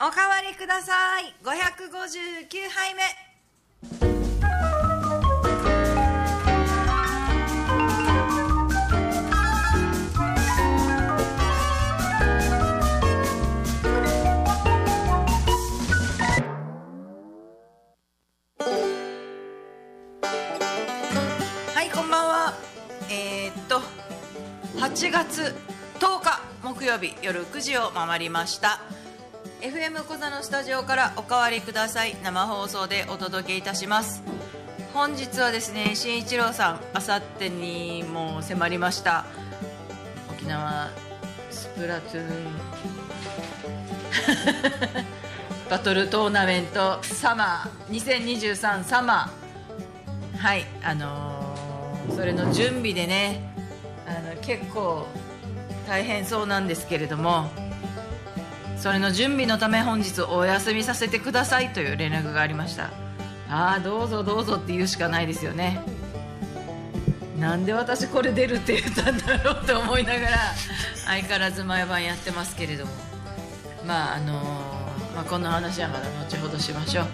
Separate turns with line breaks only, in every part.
おかわりください559杯目はいこんばんはえー、っと8月10日木曜日夜9時を回りました FM 小座のスタジオからおかわりください生放送でお届けいたします本日はですね新一郎さんあさってにもう迫りました沖縄スプラトゥーン バトルトーナメントサマー2023サマーはいあのーそれの準備でねあの結構大変そうなんですけれどもそれの準備のため本日お休みさせてくださいという連絡がありましたああどうぞどうぞって言うしかないですよねなんで私これ出るって言ったんだろうと思いながら相変わらず毎晩やってますけれどもまああのーまあ、この話はまだ後ほどしましょう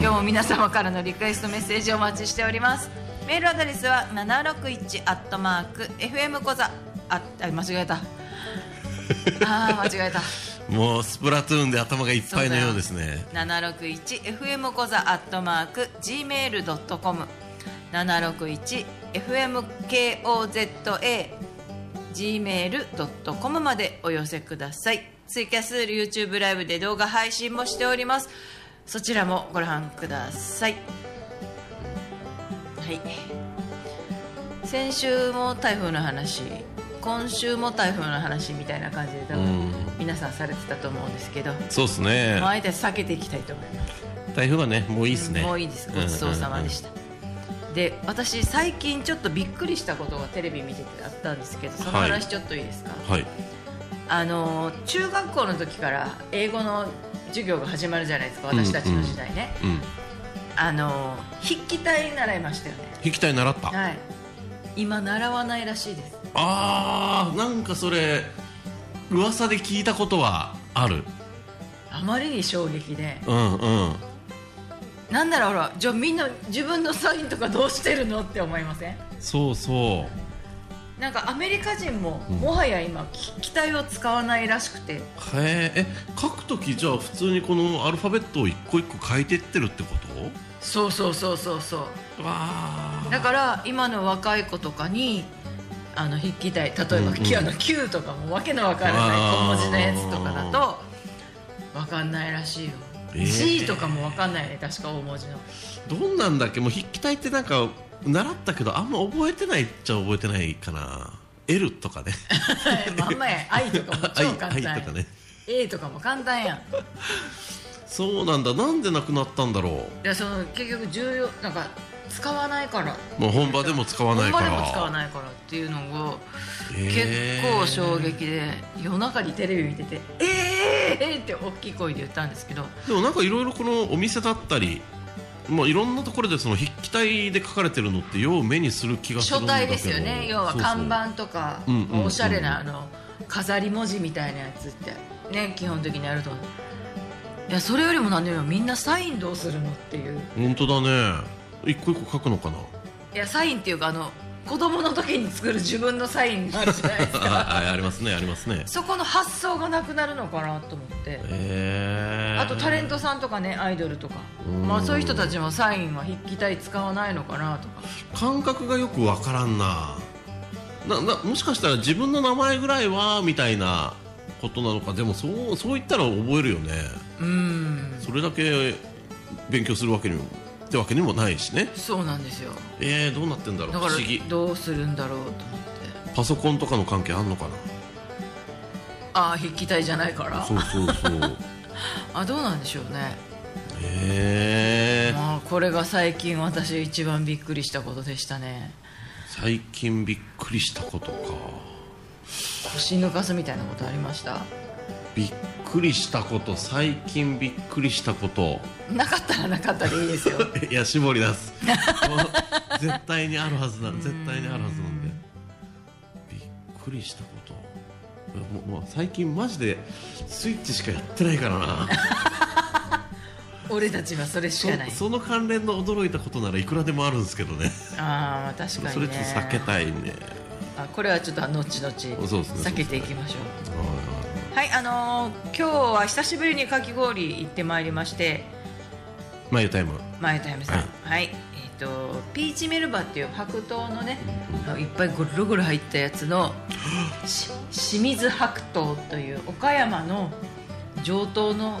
今日も皆様からのリクエストメッセージをお待ちしておりますメールアドレスは761アットマーク FM 小座ああ間違えたあー間違えた
もうスプラトゥーンで頭がいっぱいのようですね
七六一 FM コザアットマーク gmail ドットコム七六一 FM K O Z A gmail ドットコムまでお寄せください。ツイキャス YouTube ライブで動画配信もしております。そちらもご覧ください。はい。先週も台風の話、今週も台風の話みたいな感じで多分皆さんされてたと思うんですけど。
そうですね
もうあえて避けていきたいと思います。
台風はねもういいですね
もういいです。ごちそうさまでした。で、私最近ちょっとびっくりしたことがテレビ見ててあったんですけど、その
はい
話ちょっといいですか。
うんうんうんはい
あのー中学校の時から英語の授業が始まるじゃないですか。私たちの時代ね。
うん
あのー筆記体習いましたよね。
引きたい習った、あ
はい。今習わないらしいです。
あーなんかそれ噂で聞いたことはある
あまりに衝撃で、
うんうん
なんだろうほら、じゃあみんな自分のサインとかどうしてるのって思いません？
そうそ
なんかアメリカ人も
うん
もはや今機体を使わないらしくて、
うへええ書くときじゃあ普通にこのアルファベットを一個一個変えてってるってこと
そうそうそうそうそう
わ
だから今の若い子とかにあの筆記体例えば、
うんうん
きあの Q とかもわけのわからない小
あー
文字のやつとかだとわかんないらしいよ、
えー
G とかもわかんないね確か大文字 の
どんなんだっけもう筆記体ってなんか習ったけどあんま覚えてないっちゃ覚えてないかな L とかね
まんまや I と かも超
I,
簡
I
単
と
や
かね
A とかも簡単やん
そうなんだなんでなくなったんだろ
いやその結局重要なんか使わないから
うもう本場でも使わないから
本場でも使わないからっていうのを結
えー
構衝撃で夜中にテレビ見てて「ええー!」って大きい声で言ったんですけど
でもなんかいろいろこのお店だったりまあいろんなところでその筆記体で書かれてるのってよう目にする気がする
書
んだ
体
けど
ですよね要は
そうそう
看板とか
うんうんうん
おしゃれなあの飾り文字みたいなやつってね基本的にあると思ういやそれよりも何よりもみんなサインどうするのっていう
本当だね一個一個書く のかない
やサインっていうかあの子供の時に作る自分のサインあるじゃない ですか
ああありますねありますね
そこの発想がなくなるのかなと思って
えー、
あとタレントさんとかねアイドルとか、
うん
まあ、そういう人たちもサインは筆記体使わないのかなとか
感覚がよくわからんなななもしかしたら自分の名前ぐらいはみたいなことなのかでもそうそう言ったら覚えるよね
うん
それだけ勉強するわけにもってわけにもないしね
そうなんですよ
えー、どうなってんだろう
だ
不
か
思議
らどうするんだろうと思って
パソコンとかの関係あんのか
ああ筆記体じゃないか
な
ら
そうそうそう
あどうなんでしょうね、
えー、
まあ、これが最近私一番びっくりしたことでしたね
最近びっくりしたことか
腰抜かすみたいなことありました
びっくりしたこと最近びっくりしたこと
なかったらなかったでいいです よ
いや絞り出すもう絶対にあるはずだ絶対にあるはずなんでびっくりしたこともう最近マジでスイッチしかやってないからな
俺たちはそれしかない
そその関連の驚いたことならいくらでもあるんですけどね
ああ確かに、ね、
それちょっと避けたいんで
あこれはちょっと後々
そうですね
避けていきましょう
はいはい
はい、あのー今日は久しぶりにかき氷行ってまいりまして、
まあいうタイム
前田めさん、
は
はいい、えっ、とピーチメルバっていう白桃のね、いっぱいゴロゴロ入ったやつのし清水白桃という岡山の上等の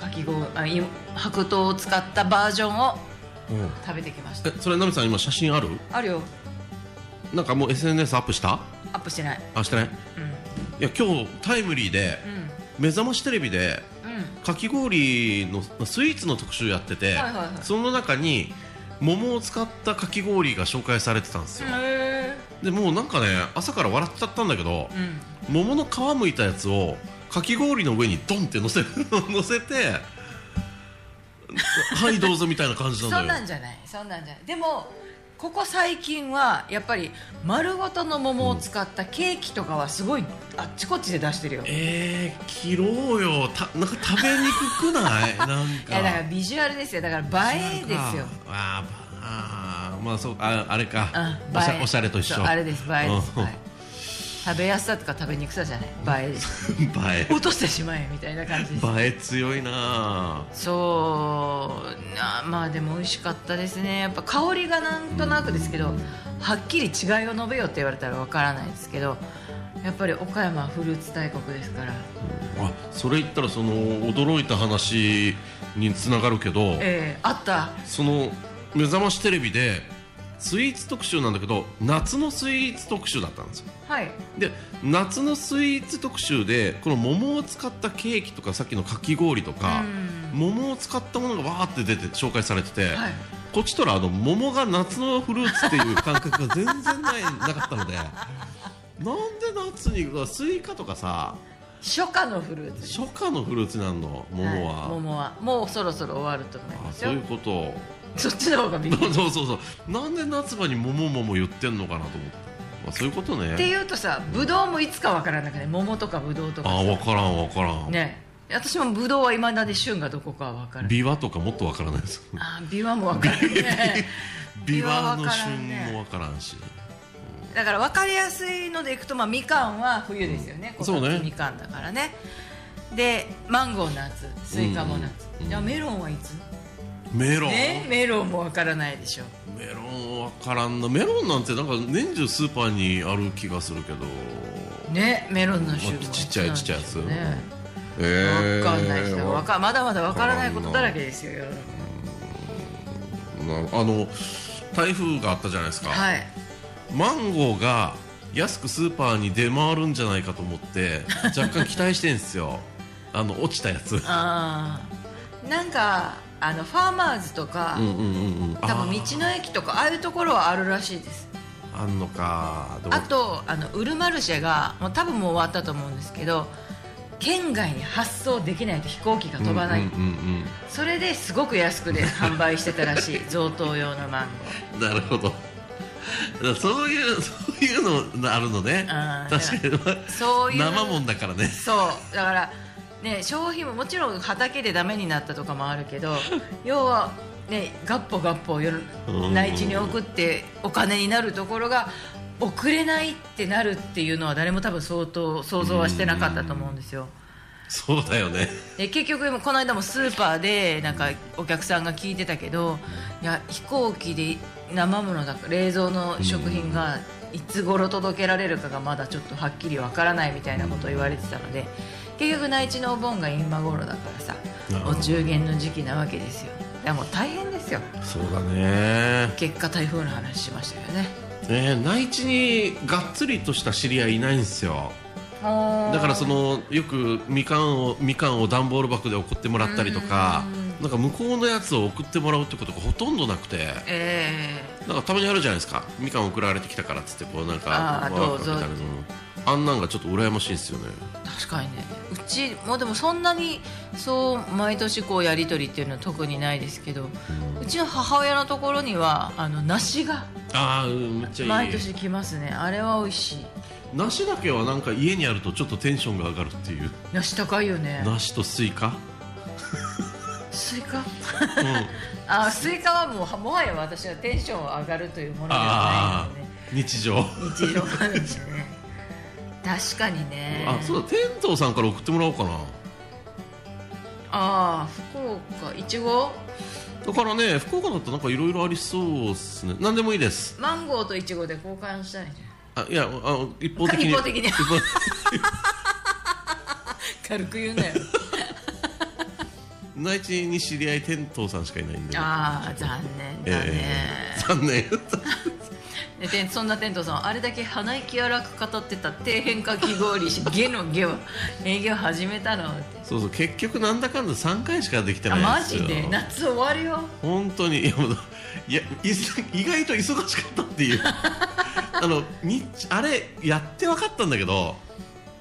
かき氷あい白桃を使ったバージョンを
うん
食べてきました
え。それナミさん今写真ある
あるよ、
なんかもう SNS アップした
アップしてない。
あしてない
うん、
いや今日タイムリーで
う
目覚ましテレビで
ん、うん。
かき氷のスイーツの特集やって
は
て、
いはいはい
その中に桃を使ったかき氷が紹介されてたんですよ、
へ
でもうなんかね朝から笑っちゃったんだけど
ー、うん。
桃の皮むいたやつをかき氷の上にドンって乗せ 乗せてはいどうぞみたいな感じ
そ
なんんだよ
なんじゃないそんなんじゃないでもここ最近はやっぱり丸ごとの桃を使ったケーキとかはすごいあっちこっちで出してるよい
えー、切ろうよたなんか食べにくくない なんか
やだからビジュアルですよだから映えですよ
あーあーまあそうああれか
うん
おし
映
ゃ
え
おしゃれと一緒
そうあ れです映えです、
うん
はい、食べやすさとか食べにくさじゃない映えです
映え
落としてしまえみたいな感じです
映え強いな
そうなまあでも美味しかったですねやっぱ香りがなんとなくですけどはっきり違いを述べよって言われたらわからないですけどやっぱり岡山はフルーツ大国ですから
あそれ言ったらその驚いた話につながるけど
ええあった
その「目覚ましテレビ」でスイーツ特集なんだけど夏のスイーツ特集だったんですよ
はい
で夏のスイーツ特集でこの桃を使ったケーキとかさっきのかき氷とか
うん
桃を使ったものがわーって出て紹介されてて、
はい
こっちとらあの桃が夏のフルーツっていう感覚が全然ないなかったのでなんで夏にスイカとかさ
初夏のフルーツ
初夏のフルーツなんの桃は、
はい桃はもうそろそろ終わると思い
あ
ます
そう
よ
いうこと
そっちの方がびっくり
そうそうそうそうなんで夏場に桃桃言ってんのかなと思って、まあ、そういうこと
って
ね
いうとさぶどうもいつかわからなくね桃とかぶどうとか
あ分からん分からん、
ね私もぶどうはいまだに旬がどこかはわからない
琵琶とかもっと分からない です
あー琵琶もわからないね
琵
琵
琶
琶
の
の
旬
旬
も
も
分からんし、
だから分かりやすいのでいくと、まあ、みかんは冬ですよね、
う
こた
ん
つ
そうね
みかんだからねでマンゴー夏スイカも夏、
うん
じゃあメロンはいつ、
メロン、
ね、メロンも分からないでしょ
メロン分からんなメロンなんてなんか年中スーパーにある気がするけど
ねメロンの種類
まあちっちゃいちっちゃいやつ
ね
え
分
ー
かんない人はわかまだまだ分からないことだらけですよ世の中
なあの台風があったじゃないですか、
はい
マンゴーが安くスーパーに出回るんじゃないかと思って若干期待してんですよ あの落ちたやつ
あーなんかあのファーマーズとか、
うんうんうんうん
多分
あ
道
ー
の駅とかああいうところはあるらしいです
あんのかでも
あとあのウルマルシェがもう多分もう終わったと思うんですけど県外に発送できないと飛行機が飛ばない、
うんうんうん
それですごく安くで 販売してたらしい贈答用のマン
うんなるほどだからそういう そういうのあるのね
あー
確かに
ゴーそういう
生もんだからね
そうだからね商品ももちろん畑でダメになったとかもあるけ ど要はねガッポガッポ夜
うん
内地に送ってお金になるところが送れないってなるっていうのは誰も多分相当想像はしてなかったと思うんですよ、
そうだよね
で結局でもこの間もスーパーでなんかお客さんが聞いてたけどいや飛行機で生ものだから冷蔵の食品がいつ頃届けられるかがまだちょっとはっきりわからないみたいなことを言われてたので結局内地のお盆が今頃だからさ
なるほ
お
ど
中元の時期なわけですよいやもう大変ですよ
そうだね
結果台風の話しましたよね
えー内地にがっつりとした知り合いいないんですよだからそのよくみかんをみかんを段ボール箱で送ってもらったりとかなんか向こうのやつを送ってもらうってことがほとんどなくて
え
なんかたまにあるじゃないですかみかん送られてきたからっつってこうなんか
あー
わーわー
どうぞ
みたいなのあんなんがちょっと羨ましいんですよね
ー確かにねうちもでもそんなにそう毎年こうやり取りっていうのは特にないですけどうちの母親のところにはあの梨が
ああめっちゃいい
毎年来ますねあれは美味しい
梨だけはなんか家にあるとちょっとテンションが上がるっていう
梨高いよね
梨とスイカ、
スイカ
うん、
あスイカはもうはもはや私はテンション上がるというものでは
あ
ないので
ー日常
日常感ですね確かにね
あそうだ天童さんから送ってもらおうかな
あー福岡いちご
だからね福岡だとなんかいろいろありそうですね何でもいいです
マンゴーといちごで交換したいね
あいやあ一方的に
一方的に
一方
軽く言うな よ
内地に知り合い天童さんしかいないんで
ああ残念だね、
えー残念
でてんそんな天童さんあれだけ鼻息荒く語ってた底辺かき氷し下の下は営業始めたのって
そうそう結局なんだかんだ3回しかできて
あ
ない
マ
んですよ
ジで夏終わるよ
本当にいやもういやいす意外と忙しかったっ ていうあのにあれやって分かったんだけど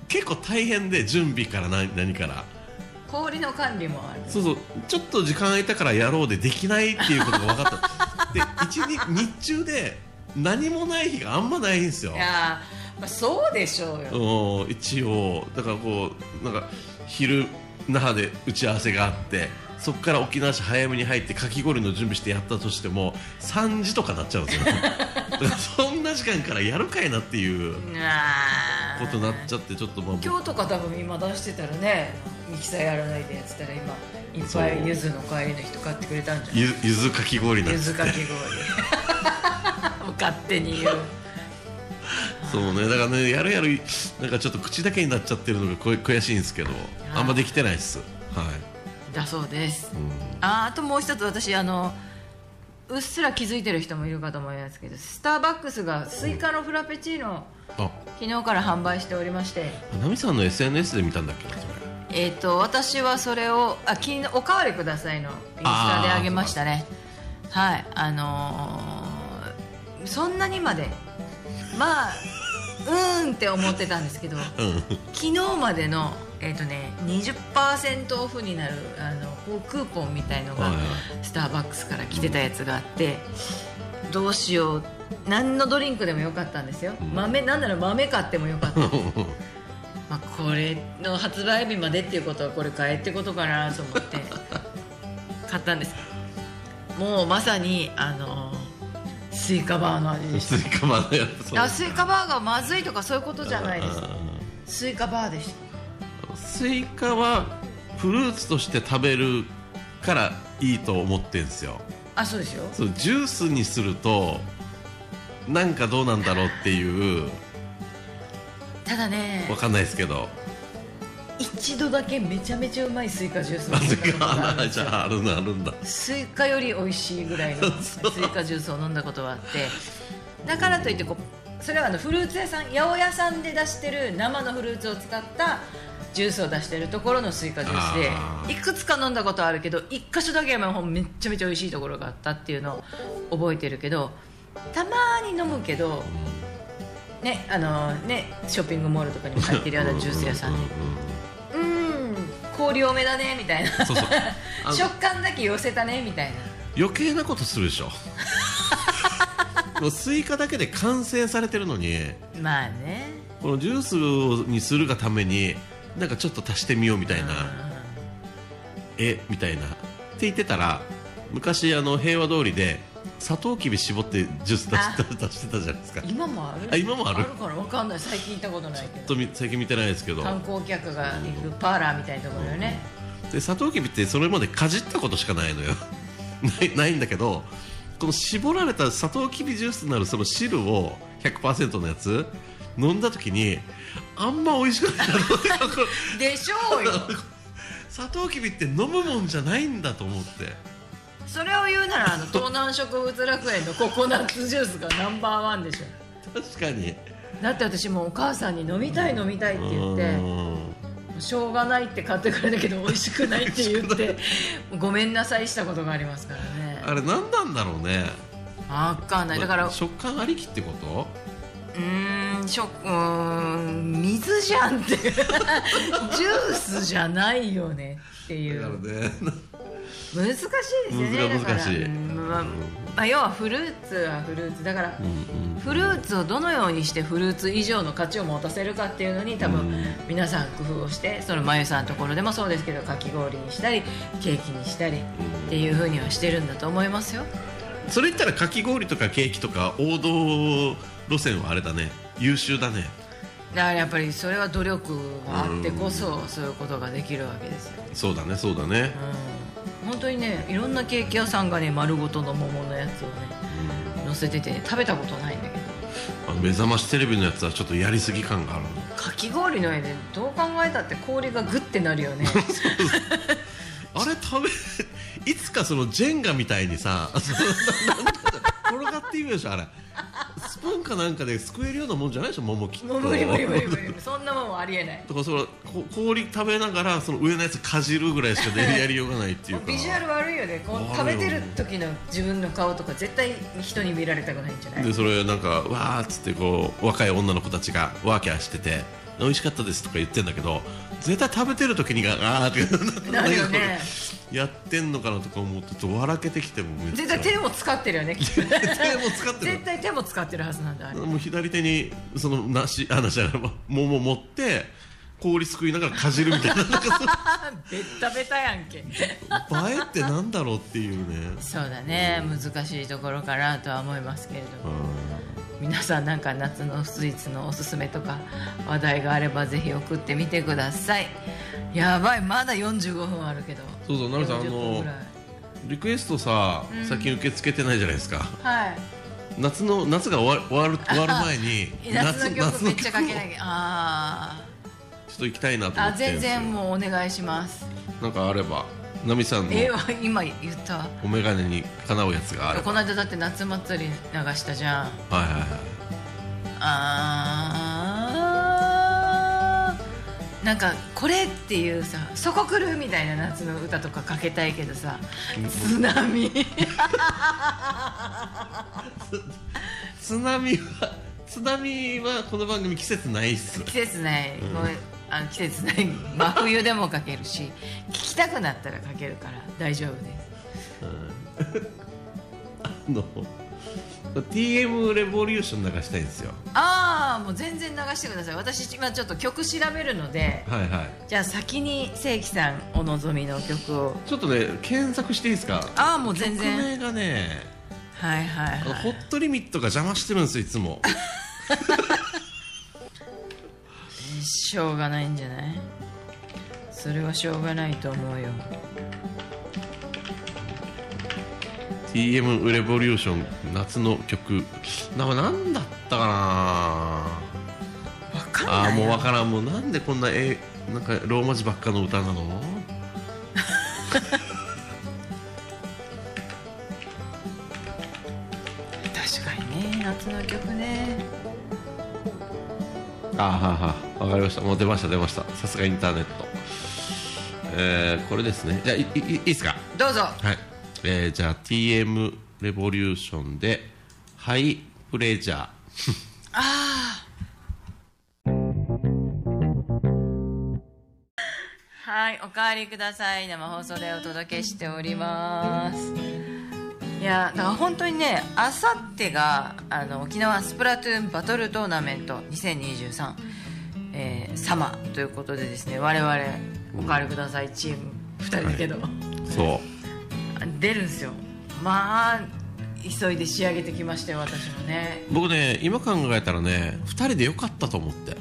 結構大変で準備から何何から
氷の管理もある
そうそうちょっと時間空いたからやろうでできないっていうことが分かったで一日日中で何もない日があんまないんですよ
いやー、まあ、そうでしょうよ、
うん一応だからこうなんか昼那覇で打ち合わせがあってそこから沖縄市早めに入ってかき氷の準備してやったとしても3時とかなっちゃうんですよ だからそんな時間からやるかいなっていう
あー
ことになっちゃってちょっとまあ僕
今日とか多分今出してたらねミキサーやらないでやってたら今いっぱいゆずの帰りの人買ってくれたんじゃない
ゆゆずかき氷なん
ゆ
です
ずかき氷 もう勝手に言う
そうねだからねやるやるなんかちょっと口だけになっちゃってるのがこ悔しいんですけどあんまできてないですはい
だそうです
うん
あーあともう一つ私あのうっすら気づいてる人もいるかと思いますけどスターバックスがスイカのフラペチーノを
あ
昨日から販売しておりまして
ナミさんの SNS で見たんだっけなそれ
えー、と私はそれをあ昨日おかわりくださいのインスタであげましたねはいあのーそんなにまでまあうーんって思ってたんですけど
うん
昨日までのえっ、とね20%オフになるあのこうクーポンみたいのが
はい はい
スターバックスから来てたやつがあってどうしよう何のドリンクでもよかったんですよ
うん
豆なんなら豆買ってもよかったまあ、これの発売日までっていうことはこれ買えってことかなと思 って買ったんですもうまさにあのスイカバーの味でし
スイカまでやるそう
たあスイカバーがまずいとかそういうことじゃないで
あ
すスイカバーでし
ースイカはフルーツとして食べるからいいと思ってんですよ
たあそうですよ
そうジュースにするとなんかどうなんだろうっていう
ただね
わかんないですけど
一度だけめちゃめちゃうまいスイカジュースを
ま
飲
ず
んだことがある
か
んです
じ
よ
ゃああるんだあるんだ
スイカより美味しいぐ らいのスイカジュースを飲んだことはあってだからといってこうそれはあのフルーツ屋さん八百屋さんで出してる生のフルーツを使ったジュースを出してるところのスイカジュー
あ
スで
ー
いくつか飲んだことあるけど一箇所だけはもうめっちゃめちゃ美味しいところがあったっていうのを覚えてるけどたまに飲むけど、ねあのね、ショッピングモールとかにも入ってるようなジュース屋さんに
ううんうん
うーん氷多めだねみたいな
そうそうあ の
食感だけ寄せたねみたいな。
余計なことするでしょもうスイカだけで完成されてるのに
まあね
このジュースにするがためになんかちょっと足してみようみたいな、えみたいなって言ってたら昔あの平和通りでサトウキビ絞ってジュース出し
あ
出してたじゃないですか
うん今もある
あ今もある
あるから分かんない最近行ったことないけ
と
ど
み最近見てないですけど
観光客が行くパーラーみたいなところよね、
でサトウキビってそれまでかじったことしかないのよ ないないんだけどこの絞られたサトウキビジュースになるその汁を100%のやつ飲んだ時にあんま美味しくないなと思ってこれ
でしょう よ
サトウキビって飲むもんじゃないんだと思って
それを言うならあの東南植物楽園のココナッツジュースがナンバーワンでしょ
確かに
だって私もうお母さんに飲みたい飲みたいって言って
うん
しょうがないって買ってくれたけど美味しくないって 言ってごめんなさいしたことがありますからね
あれ何なんだろうね
分かんないだからう
食感ありきってこと
ーんしょうーん水じ ゃんってジュースじゃないよねってい
だから
う
ね
難しいですよね
難難しい
だからうんまあまあ、要はフルーツはフルーツだから、
うんうん
フルーツをどのようにしてフルーツ以上の価値を持たせるかっていうのに多
う
分
ん
皆さん工夫をしてそのまゆさんのところでもそうですけどかき氷にしたりケーキにしたりっていうふうにはしてるんだと思いますよ
それ言ったらかき氷とかケーキとか王道路線はあれだね優秀だね
だからやっぱりそれは努力があってこそそういうことができるわけですよ、
そうだねそうだね
うん、本当にねいろんなケーキ屋さんがね丸ごとの桃のやつをね乗せてて、食べたことないんだけど
あの目覚ましテレビのやつはちょっとやりすぎ感がある
かき氷の上でどう考えたって氷がグッてなるよ ね
あれ食べ いつかそのジェンガみたいにさ 転がっていくでしょあれスプーンかなんかですくえるようなもんじゃないでしょ桃きっと
無理無理無理無理無理そんなもんはありえない
とからそのこ氷食べながらその上のやつかじるぐらいしかねやりようがないっていう
もう
か
ビジュアル悪いよねこ
悪いうよ
食べてる時の自分の顔とか絶対人に見られたくないんじゃない
でそれなんかわーっつってこう若い女の子たちがワーキャーしてて美味しかったですとか言ってんだけど絶対食べてる時にがあーって
なるよね
やってんのかなとか思ってちょっと笑けてきてもめっち
絶
ゃ
対手も使ってるよ ね
手も使ってる
絶対手も使ってるはずなんだあれ
もう左手にその梨あ梨じゃない桃持って氷すくいながらかじるみたいななんか
ベッタベタやんけ
その映えってなんだろうっていうね
そうだね難しいところかなとは思いますけれども皆さんなんか夏のスイーツのおすすめとか話題があればぜひ送ってみてくださいやばいまだ45分あるけど
そうそうなるさんあ
40分
の
ぐらい
リクエストさ最近受け付けてないじゃないですか
はい
夏の夏が終わ終わ る終わる前に
夏の曲めっちゃかけな
夏の曲を
きゃあ
ちょっと行きたいなと
ー
思っ
あ
て
全然
う
もうお願いします
なんかあればナミさんの
ええわ今言ったわ
お眼鏡にかなうやつがあれば
この間だって夏祭り流したじゃん
はいはいはい
あーなんかこれっていうさ「そこ来る」みたいな夏の歌とかかけたいけどさ津波
津波は津波はこの番組季節ないっす
季節ない、もうあ季節ない 真冬でもかけるし聞きたくなったらかけるから大丈夫です
あの TM レボリューション流したいんですよ
ああもう全然流してください私今ちょっと曲調べるので
はいはい
じゃあ先に正規さんお望みの曲を
ちょっとね検索していいですか
ああもう全
曲
然
名がね
はいはい
あの
は
ホ
い
ットリミットが邪魔してるんですよいつも
しょうがないんじゃないそれはしょうがないと思うよ
TM レボリューション夏の曲なんか何だったかな
わかんない
ああーもう
わ
分からんもうなんでこんなえなんかローマ字ばっかの歌なの
確かにね夏の曲ね
あははわかりましたもう出ました出ましたさすがインターネットえー、これですねじゃあいいいいいですか
どうぞ
はい、えー、じゃあ TM レボリューションで「ハイプレジャー」
はいおかわりください生放送でお届けしておりますいやだから本当にねあさってがあの沖縄スプラトゥーンバトルトーナメント2023、えー、サマーということでですね我々おかわりくださいチーム2人だけど、
そ
出るんですよまあ急いで仕上げてきましたよ私もね
う僕ね今考えたらね2人でよかったと思って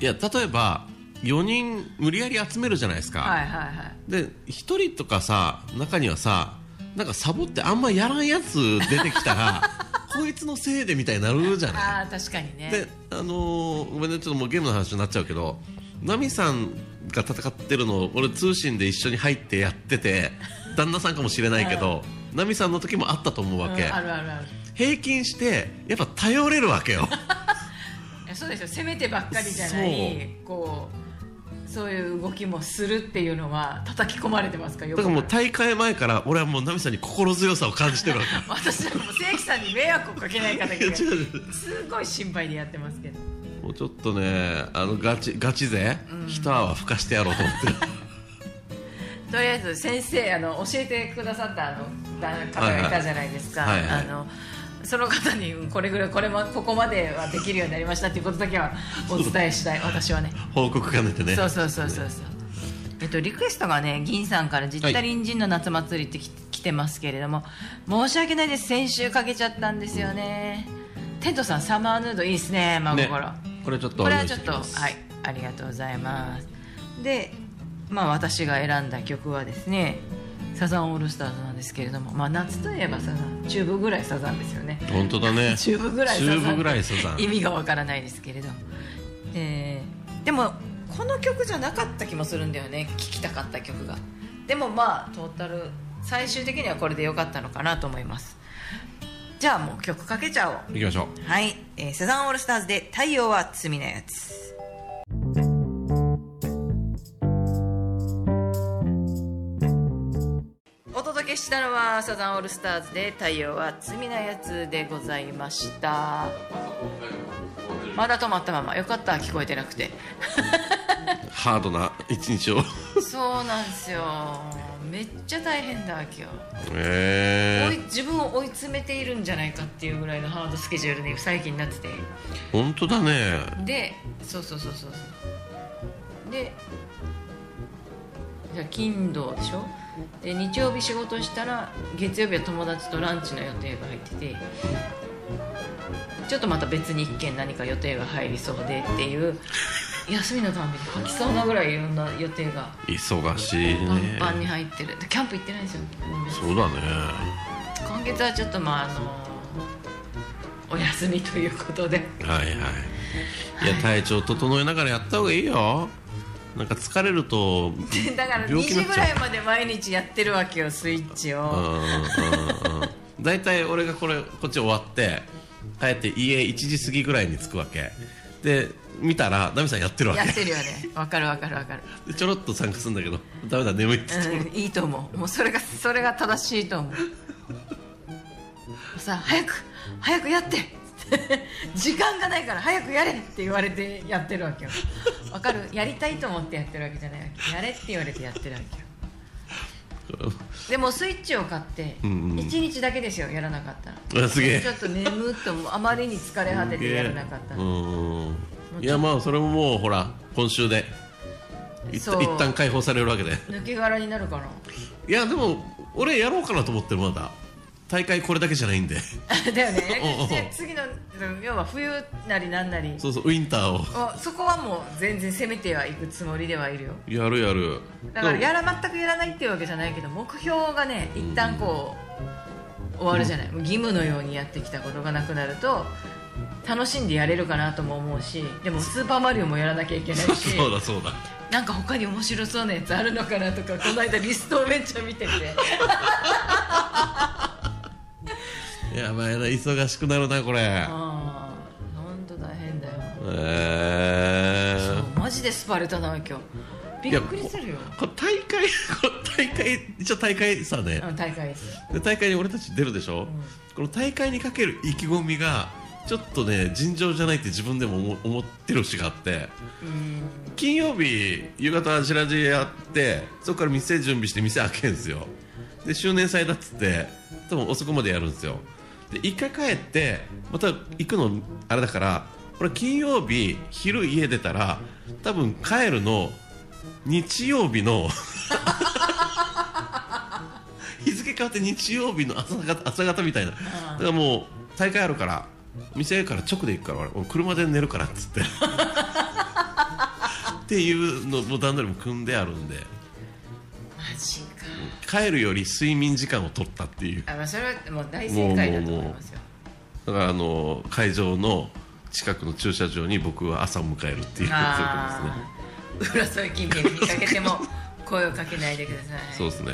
いや例えば4人無理やり集めるじゃないですか、
はいはいはい
で1人とかさ中にはさなんかサボってあんまやらんやつ出てきたらこいつのせいでみたいになるじゃない
ああ確かにね
であのーごめんねちょっともうゲームの話になっちゃうけどナミさんが戦ってるのを俺通信で一緒に入ってやってて旦那さんかもしれないけどナミさんの時もあったと思うわけ、
うんあるあるある
平均してやっぱ頼れるわけよ
いやそうですよ攻めてばっかりじゃないこうそういう動きもするっていうのは叩き込まれてますから
だ
よ
からもう
く
大会前から俺はもうナミさんに心強さを感じてるわけ
私はもう正規さんに迷惑をかけないかだ
い
け
や
が
違う違う
すごい心配でやってますけど
もうちょっと ねあのガチガチ勢、一泡吹かしてやろうと思ってる
とりあえず先生あの教えてくださったあのだ方がいたじゃないですか、
はいはいはい
あのその方にうんこれぐらいこれもここまではできるようになりましたっていうことだけはお伝えしたい私はね
報告兼ねてね
そうそうそうそうそうえっとリクエストがね銀さんから「じったりんじんの夏祭り」ってき来てますけれども申し訳ないです先週かけちゃったんですよねテントさんサマーヌードいいですね真
ね
心、
これちょっと
こ
お
れ
願
はいちょっ
し
てと
き
は
ます
いありがとうございますでまあ私が選んだ曲はですねサザンオールスターズなんですけれどもまあ夏といえばサザンチューブぐらいサザンですよね
本当 だね
チューブぐらい
チ
サザ
ュ
ン
ーブぐらいサザン
意味がわからないですけれど、えーでもこの曲じゃなかった気もするんだよね聴きたかった曲がでもまあトータル最終的にはこれで良かったのかなと思いますじゃあもう曲かけちゃおう
行きましょう
はい、えー、セザンオールスターズで「太陽は罪なやつ」お届けしたのはサザンオールスターズで「太陽は罪なやつ」でございましたまだ止まったままよかった聞こえてなくて
ハードな一 日を
そうなんですよめっちゃ大変だ今日、
え
追い
え
自分を追い詰めているんじゃないかっていうぐらいのハードスケジュールに最近なってて
本当だね
でそうそうそうそうそうでじゃあ金土でしょで日曜日仕事したら月曜日は友達とランチの予定が入っててちょっとまた別に一件何か予定が入りそうでっていう休みのたんびに吐きそうなぐらいいろんな予定が
忙しい
パンパンに
ね
入ってるでキャンプ行ってないんですよ
そうだね
今月はちょっとまああのお休みということで
はいはいいや体調整えながらやった方がいいよなんか疲れると
だから2
病気
時
になっ
ぐ
ちゃう
らいまで毎日やってるわけよスイッチ
うんうん
を
うんうん大体俺がこれこっち終わって帰って家1時過ぎぐらいに着くわけで見たらダミさんやってるわ
や
け
ってるよねわかるわかるわかる、
でちょろっと参加するんだけどダメだ眠いって言って
うん、いいと思うもうそれがそれが正しいと思うさあ早く早くやって 時間がないから早くやれって言われてやってるわけよわかるやりたいと思ってやってるわけじゃないわけやれって言われてやってるわけよでもスイッチを買って
うんうん
1日だけですよやらなかったら
うわすげえ
ちょっと眠っともうあまりに疲れ果ててやらなかった
う
の
んいやまあそれももうほら今週で一
そう
旦一旦解放されるわけで
抜け殻になるかない
やでも俺やろうかなと思ってるまだ大会これだけじゃないんで
だよね
おうおう
で次の要は冬なりなんなり
そうそうウィンターを
おそこはもう全然攻めてはいくつもりではいるよ
やるやる
だからや
る
ら全くやらないっていうわけじゃないけど目標がね一旦こう終わるじゃない、もう義務のようにやってきたことがなくなると楽しんでやれるかなとも思うしでも「スーパーマリオ」もやらなきゃいけないし
そうだそうだ
なんか他に面白そうなやつあるのかなとかこの間リストをめっちゃ 見てて
やばいな忙しくなるなこれ
ああ本当大変だよ
え
そ
ー
うマジでスパルタなわ今日びっくりするよ
これ大会これ大会一応大会さね
うん大会です
で大会に俺たち出るでしょ、この大会にかける意気込みがちょっとね尋常じゃないって自分でも思思ってる節があって金曜日夕方白地やってそこから店準備して店開けるんですよで周年祭だっつって多分遅くまでやるんですよで一回帰ってまた行くのあれだから俺金曜日昼家出たら多分帰るの日曜日の日付変わって日曜日の朝方朝方みたいなだからもう大会あるから店から直で行くから俺俺車で寝るからっつってっていうのも段取りも組んであるんで
マジか
帰るより睡眠時間を取ったっていう
あ、まあ、それはもう大正解だと思いますよ
だからあの会場の近くの駐車場に僕は朝を迎えるっていうそういうこ
ああ浦添近辺に見かけ ても声をかけないでください
とですねそうですね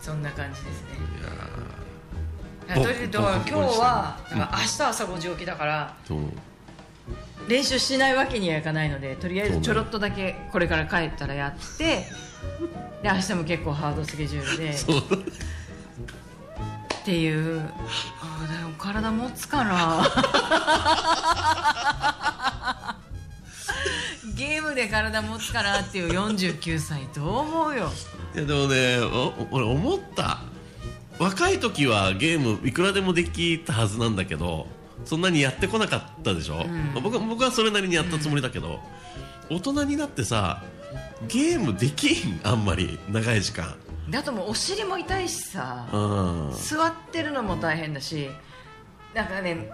そんな感じですね
いや
だからとりあえずだから今
僕
日
僕
は
僕
だから明日朝5時起きだから
ーでも
練習しないわけにはいかないのでとりあえずちょろっとだけこれから帰ったらやってで明日も結構ハードスケジュールで
そうだ
っていうあーでも体持つか なゲームで体持つかなっていう49歳どう思うよ
いやでもねお俺思った若い時はゲームいくらでもできたはずなんだけどそんなにやってこなかったでしょ、
うん
僕は僕はそれなりにやったつもりだけど、大人になってさゲームできんあんまり長い時間
であともうお尻も痛いしさ
うん
座ってるのも大変だしなんかね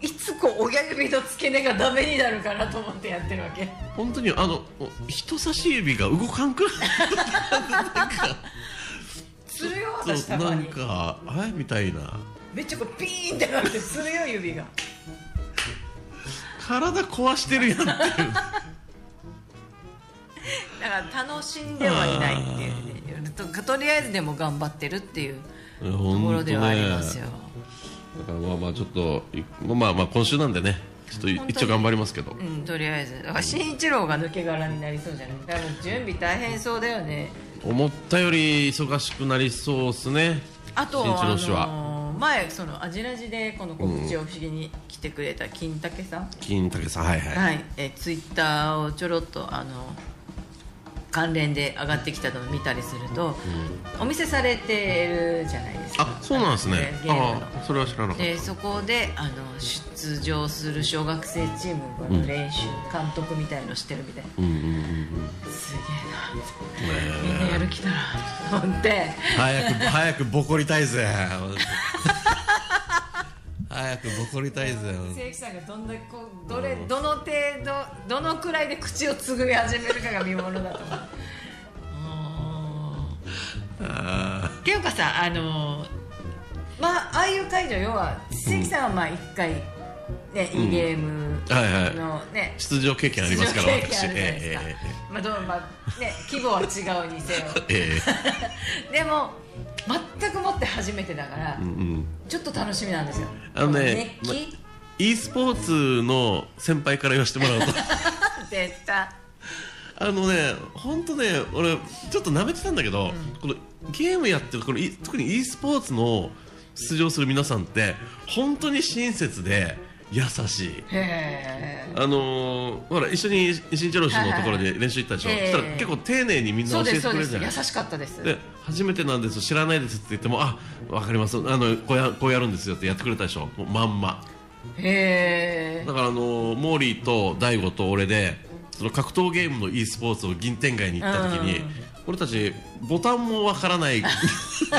いつこう親指の付け根がダメになるかなと思ってやってるわけ
本当にあのお人差し指が動かん くらい
するよ
そう
私たま
なん
に
かあれみたいな
めっちゃこうピーンってなってするよ指が
体壊してるやんっ てい
だ
う
から楽しんではいないっていうねととりあえずでも頑張ってるっていう
と
ところではありますよ、
だからまあまあちょっといまあまあ今週なんでねちょっとい
本当に
一応頑張りますけど
うん、とりあえずだから慎一郎が抜け殻になりそうじゃない多分準備大変そうだよね
思ったより忙しくなりそうですね
あと、
慎一
あ
郎氏は
のー前その「アジラジ」でこの告知を不思議に来てくれた金武さん、
金武さんはいはい、
はい、えーツイッターをちょろっとあの関連で上がってきたのを見たりすると、お見せされてるじゃないですか
あそうなんですね
ゲームの
ああそれは知らなかっ
でそこであの出場する小学生チームの練習、監督みたいのしてるみたいな
たうんうんうんうんね
すげえなみんなや
え
る気だなと思って
早く早くボコりたいぜ早くボコりたいぜ
正規さんがどんだけこうどれどの程度どのくらいで口をつぐみ始めるかが見ものだと思ううーん
あ
っていうかさあのまあああいう会場要は関さんはまあ一回ね、いいゲーム
ーはいはい
のね、
出場経験ありますから
出場経験あ
私
るじゃないですか
え
まあどうまあね規模は違うにせよ
えええええ
でも全くもって初めてだから、
えうんうん
ちょっと楽しみなんですよ
あのね
熱気、
e スポーツの先輩から言わせてもらうと
絶対
あのね本当ね俺ちょっと舐めてたんだけど、このゲームやってるこの E- 特に e スポーツの出場する皆さんって本当に親切で優しい。
へえ
あのーほら一緒に新一郎氏のところで練習行ったでしょ、
はいはいはい
そしたら結構丁寧にみんな
そう
教え
で
て
す
く
そう
れ
で
る
す
じゃない
優しかったです
で初めてなんです知らないですって言ってもあわかりますあのこうやこうやるんですよってやってくれたでしょもうまんま
へえ
だからあのモーリーと大悟と俺でその格闘ゲームの e スポーツを銀天街に行った時に、
うん
俺たちボタンもわからない い行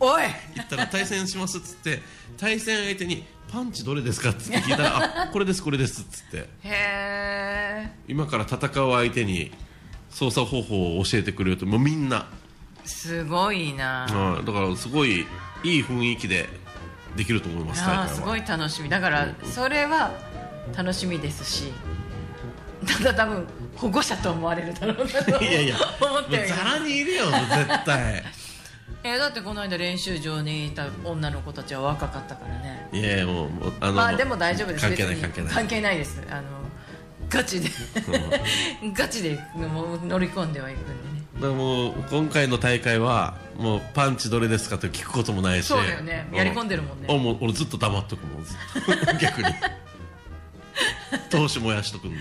おい
ったら対戦しますっつって対戦相手にパンチどれですかっつって聞い たらあこれですこれですっつって
へえ
今から戦う相手に操作方法を教えてくれるともうみんな、
すごいな、
うん、だからすごいいい雰囲気でできると思います
ああ
大
す
会は
ごい楽しみだからそれは楽しみですしただ多分保護者と思われるだろうなと
いやいや
思って
も
る
うざらにいるよ絶対
えだってこの間練習場にいた女の子たちは若かったからね
いやいやもうもうあの、
まあでも大丈夫です
関係ない
別に
関係ない
関係ないですあのガチで ガチでもう乗り込んではいくんでね
だからもう今回の大会はもうパンチどれですかと聞くこともないし
そうだよねやり込んでるもんね
うあもう俺ずっと黙っとくもんずっと 逆に闘志燃やしとくんで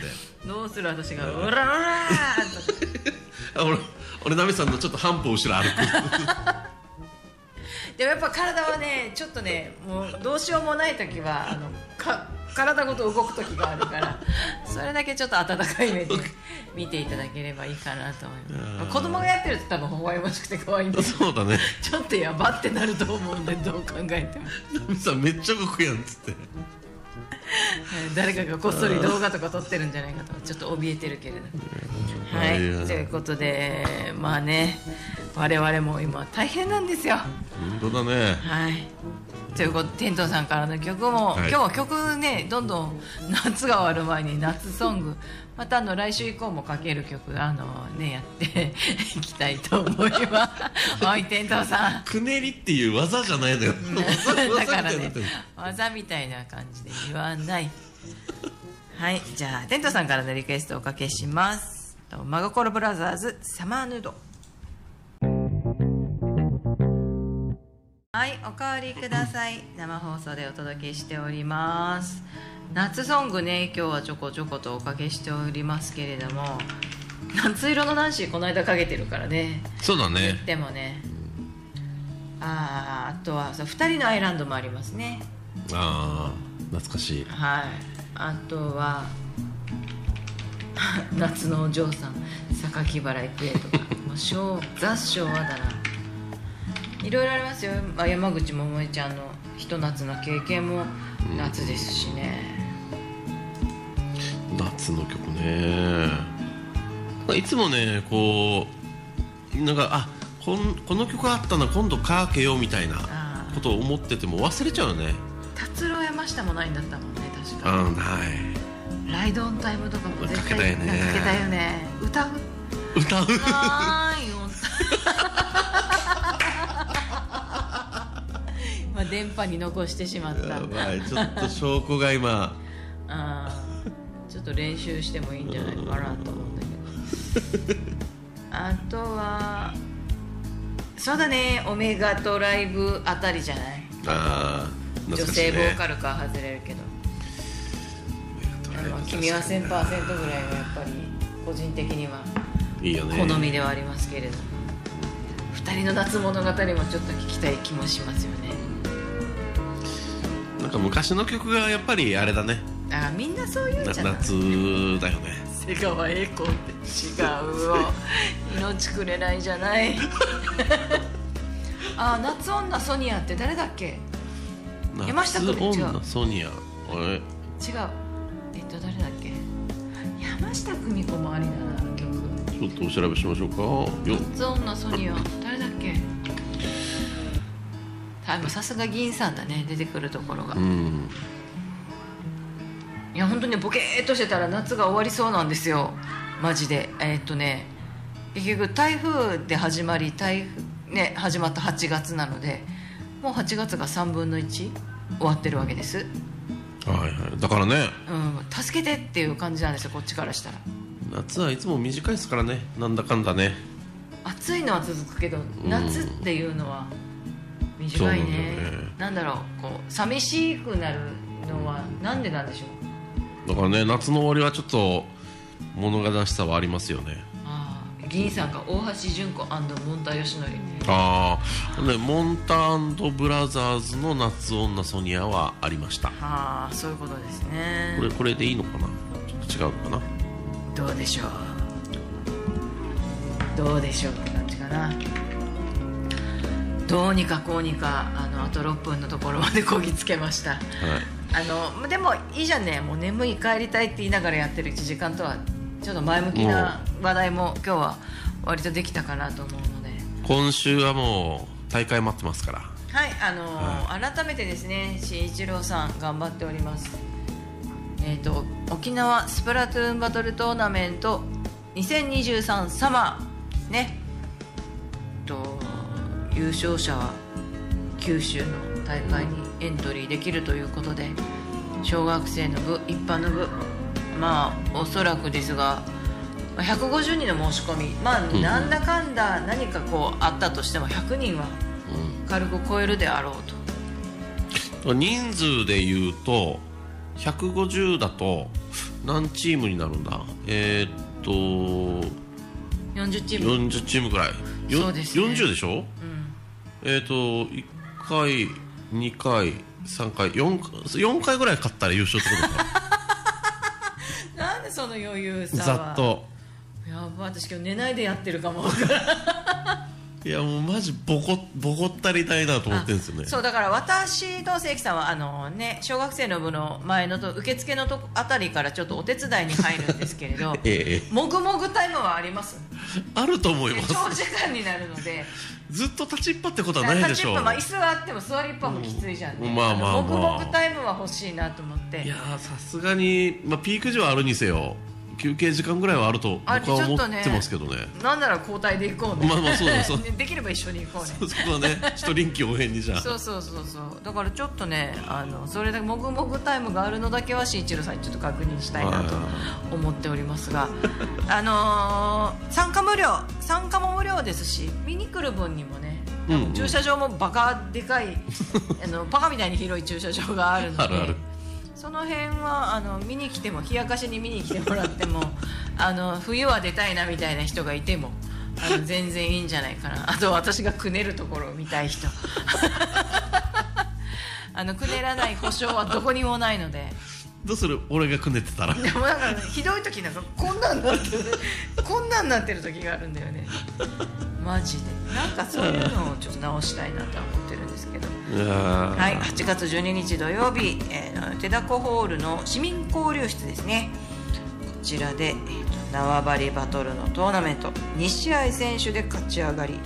どうする私が「うらららーとか
あ俺俺ナミさんのちょっと半歩後ろ歩く
でもやっぱ体はねちょっとねもうどうしようもない時はあのか体ごと動く時があるからそれだけちょっと温かい目で見ていただければいいかなと思います子供がやってると多分微笑ましくて可愛いんで
そうだね
ちょっとやばってなると思うんでどう考えても
ナミさんめっちゃ動くやんっつって
誰かがこっそり動画とか撮ってるんじゃないかとちょっと怯えてるけれどはい
いや
ということでまあね我々も今大変なんですよ
本当だね
はい。ということで天童さんからの曲も、
はい
今日は曲ねどんどん 夏が終わる前に夏ソングまたあの来週以降もかける曲あのねやっていきたいと思います。はい天童さん。
くねりっていう技じゃないのよ 技
だ
技
から
みたいにな
ね
ってる
技みたいな感じで言わない。はいじゃあ天童さんからのリクエストをおかけします。と真心ブラザーズサマーヌード。はい、おかわりください。生放送でお届けしております。夏ソングね、今日はちょこちょことおかけしておりますけれども、夏色のナンシーこの間かけてるからね
そうだね
でもねあーあとはさ2人のアイランドもありますね
ああ懐かしい
はいあとは 夏のお嬢さん榊原郁恵とかもう昭ザ・昭和だないろいろありますよまあ山口百恵ちゃんのひと夏の経験も夏ですしね、
夏の曲ねいつもねこうなんかあこんこの曲あったな今度かけようみたいな
あ
ことを思ってても忘れちゃうよね
あ達郎山下もないんだったもんね確
う
か
んはい
「ライドオンタイム」とかも絶対
かけたよね
なんかけたよね歌う
歌 う
はーい音まあ電波に残してしまった
やばいちょっと証拠 が今
あーちょっと練習してもいいんじゃないかなと思うんだけど あとはそうだねオメガとライブあたりじゃない
あー
女
懐かしい
性
ね
ボーカルから外れるけどでも君は1000%ぐらいはやっぱり個人的にはい
いよね
好みではありますけれども、二人の夏物語もちょっと聞きたい気もしますよね
なんか昔の曲がやっぱりあれだね
あみんなそう言うん
な
じゃない
夏だよね
瀬川栄子って違う わ命くれないじゃない あ夏女ソニアって誰だっけ違う山下
夏
と違う
女ソニア
え
え
っと誰だっけ山下久美子もありだなあの曲
ちょっとお調べしましょうかよ
夏女ソニア誰だっけあもうさすが銀さんだね出てくるところが、
う
い
ん
や本当にボケーっとしてたら夏が終わりそうなんですよマジでえっとね結局台風で始まり台風、ね、始まった8月なのでもう8月が3分の1終わってるわけです、
はいはいだからね
うん、助けてっていう感じなんですよこっちからしたら
夏はいつも短いですからねなんだかんだね
暑いのは続くけど夏っていうのは短いね,、
そうなんだよね
なんだろうこう寂しくなるのはなんでなんでしょう
だからね夏の終わりはちょっと物悲しさはありますよね
ああ議員さんが大橋純子モンタヨシノリ
ああねモンタブラザーズの夏女ソニアはありました
ああそういうことですね
これこれでいいのかなちょっと違うのかな
どうでしょうどうでしょうって感じかなどうにかこうにかあのあと6分のところまで こぎつけました
はい
あのでもいいじゃんねもう眠い帰りたいって言いながらやってる1時間とはちょっと前向きな話題も今日は割とできたかなと思うので
今週はもう大会待ってますから
はいあのー改めてですね新一郎さん頑張っておりますえっ、と沖縄スプラトゥーンバトルトーナメント2023サマーねえっと優勝者は九州の大会にエントリーできるということで小学生の部一般の部まあおそらくですがまあ150人の申し込みまあ
ん
なんだかんだ何かこうあったとしても100人は軽く超えるであろうと
人数で言うと150だと何チームになるんだえーっと
40チーム、
40チームくらいよ
そうですね
40でしょ
うん、
えーっと1回2回3回 4, 4回ぐらい勝ったら優勝ってことか
なんでその余裕 さ
ざ
は
っと
やば私今日寝ないでやってるかもわからん
いやもうマジボコボコったりたいなと思ってるんですよね
そうだから私と関さんはあのね小学生の部の前のと受付のとこあたりからちょっとお手伝いに入るんですけれど
ええ
もぐもぐタイムはあります
あると思い
で
ま
長
す
時間になるので
ずっと立ちっぱってことはないでしょう
立ちっぱまあ椅子はあっても座りっぱもきついじゃんね、
うんまあまあまあ
のもぐもぐタイムは欲しいなと思って
いやーさすがに、まあ、ピーク時はあるにせよ休憩時間ぐらいはあると
あれ
僕は思
ちょっとね
ってますけどね
なんなら交代で行こうね
まあまあそうだそう だ
ねできれば一緒に行こうね
そこはねちょっと臨機応変にじゃ あ
そうそうそうそうだからちょっとねあのそれだけもぐもぐタイムがあるのだけは新一郎さんにちょっと確認したいなと思っております があのー参加無料参加も無料ですし見に来る分にもね
うんうん
駐車場もバカでかいあのバカみたいに広い駐車場があるので
あるある
その辺はあの見に来ても冷やかしに見に来てもらってもあの冬は出たいなみたいな人がいてもあの全然いいんじゃないかなあと私がくねるところを見たい 人あのくねらない保証はどこにもないので。
どうする俺がくねってたら
でもなんかひどい時なんかこんなんなってるこんなんなってる時があるんだよねマジでなんかそういうのをちょっと直したいなとは思ってるんですけどは
はい
8月12日土曜日、えー、手だこホールの市民交流室ですねこちらで、えーと縄張りバトルのトーナメント2試合選手で勝ち上がりん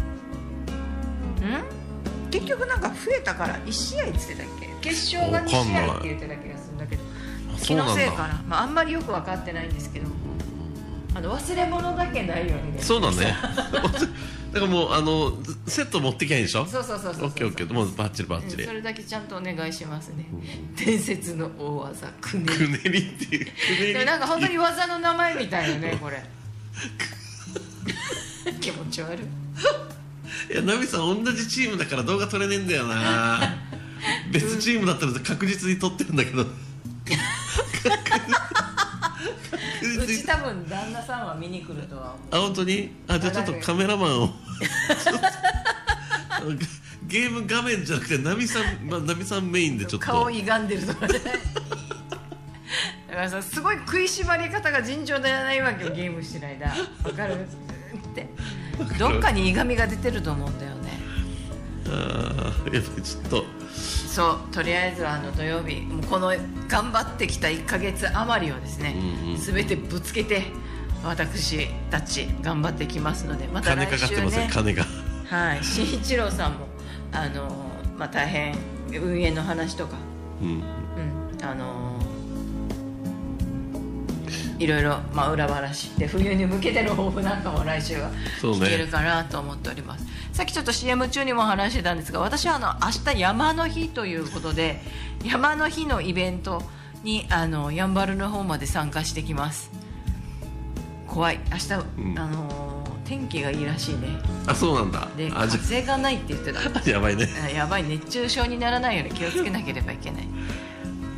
結局なんか増えたから1試合っつってたっけ決勝が2試合って言ってた気がするんだけど気
そう
の
なん
せいか
だ
な、まあ、あんまりよく分かってないんですけどあの忘れ物だけないようにね
そうだね だからもうあのセット持ってきゃいいんでしょ
そうそうそうそうそう
オッケーオッケーもうバッチリバッ
うん
チ
そ
リ
れだけちゃんとお願いしますね伝説の大技くね
く
り
ねりっていうくね
で
り
もなんか本当に技の名前みたいよ ねこれ気持ち悪い
いやナミさん同じチームだから動画撮れねえんだよな 別チームだったら確実に撮ってるんだけど
う
確実に
ち多分旦那さんは見に来るとは
あ本当にあじゃあちょっとカメラマンを ちょっとあのゲーム画面じゃなくてナミさん、まあ、ナミさんメインでち
思
ょ
う
っ
顔
と
歪んでるとかねだからさすごい食いしばり方が尋常でないわけよゲームしてる間わかるってどっかにいがみが出てると思うんだよね
あーやっぱりちょっと
そうとりあえずはあの土曜日もうこの頑張ってきた1か月余りをですね、
うんうん
全てぶつけて私たち頑張ってきますのでまた
金
来
かかって
週
ますよ、
ね
金が
はい新一郎さんもあの、まあ、大変運営の話とか、
うん
うん、あのいろいろ、まあ、裏話で冬に向けての抱負なんかも来週は
そうね
聞けるかなと思っております、さっきちょっと CM 中にも話してたんですが私はあの明日山の日ということで山の日のイベントにあのやんばるの方まで参加してきます怖い明日、
うん
あの天気がいいらしいね
あそうなんだ
で
あじゃ
風がないって言って た
あやばいね
あやばい熱中症にならないように気をつけなければいけない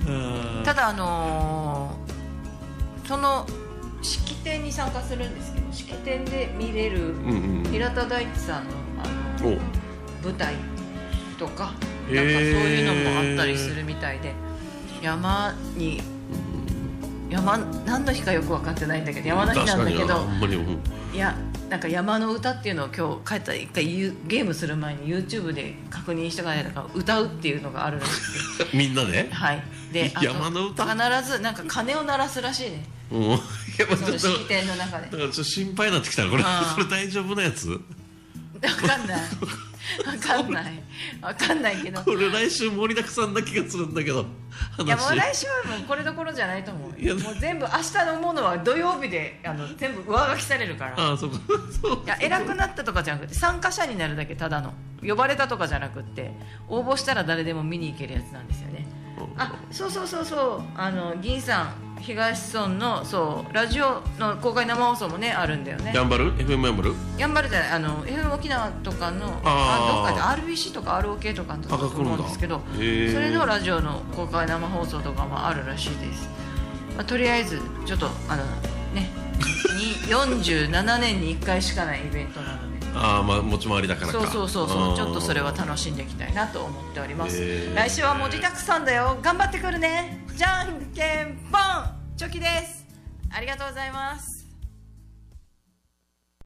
あ
ただあのーその式典に参加するんですけど式典で見れる
ーうんうん
平田大地さんのあの
お
舞台とかなんかそう
へー
いうのもあったりするみたいで山に山何の日かよく分かってないんだけど山の日なんだけ
確かに
ど
あんまりうん
いやなんか山の歌っていうのを今日帰ったら一回ゆゲームする前に YouTube で確認しておかないとから歌うっていうのがあるらしい
みんなで
はい、であと
山の歌
必ずなんか鐘を鳴らすらしいね
うんいやまあ
そ
ち
の
ょっと
式典の中で
だからちょっと心配になってきたらこれこ
あー
れ大丈夫なやつ
分かんない分かんない分かんないけど
これ来週盛りだくさんな気がするんだけど話
いやもう来週はもうこれどころじゃないと思う
いや
もう全部明日のものは土曜日であの全部上書きされるから
ああそうかそう
いや偉くなったとかじゃなくて参加者になるだけただの呼ばれたとかじゃなくって応募したら誰でも見に行けるやつなんですよねあそうそうそうそうあの銀さん東村のそうラジオの公開生放送もねあるんだよね
頑張る FM 頑張る
やんばるじゃないあの FM 沖縄とかの
あー
あどっかで RBC とか ROK とかのと
あ
こだと思うんですけど
書くんだへー
それのラジオの公開生放送とかもあるらしいです、まあ、とりあえずちょっとあのねに47年に1回しかないイベントなので
ああまあ持ち回りだからか
そうそうそうそうちょっとそれは
た
楽しんでいきたいなと思っております
へー
来週は盛りだくさんだよ頑張ってくるねじゃんけんぽんチョキですありがとうございます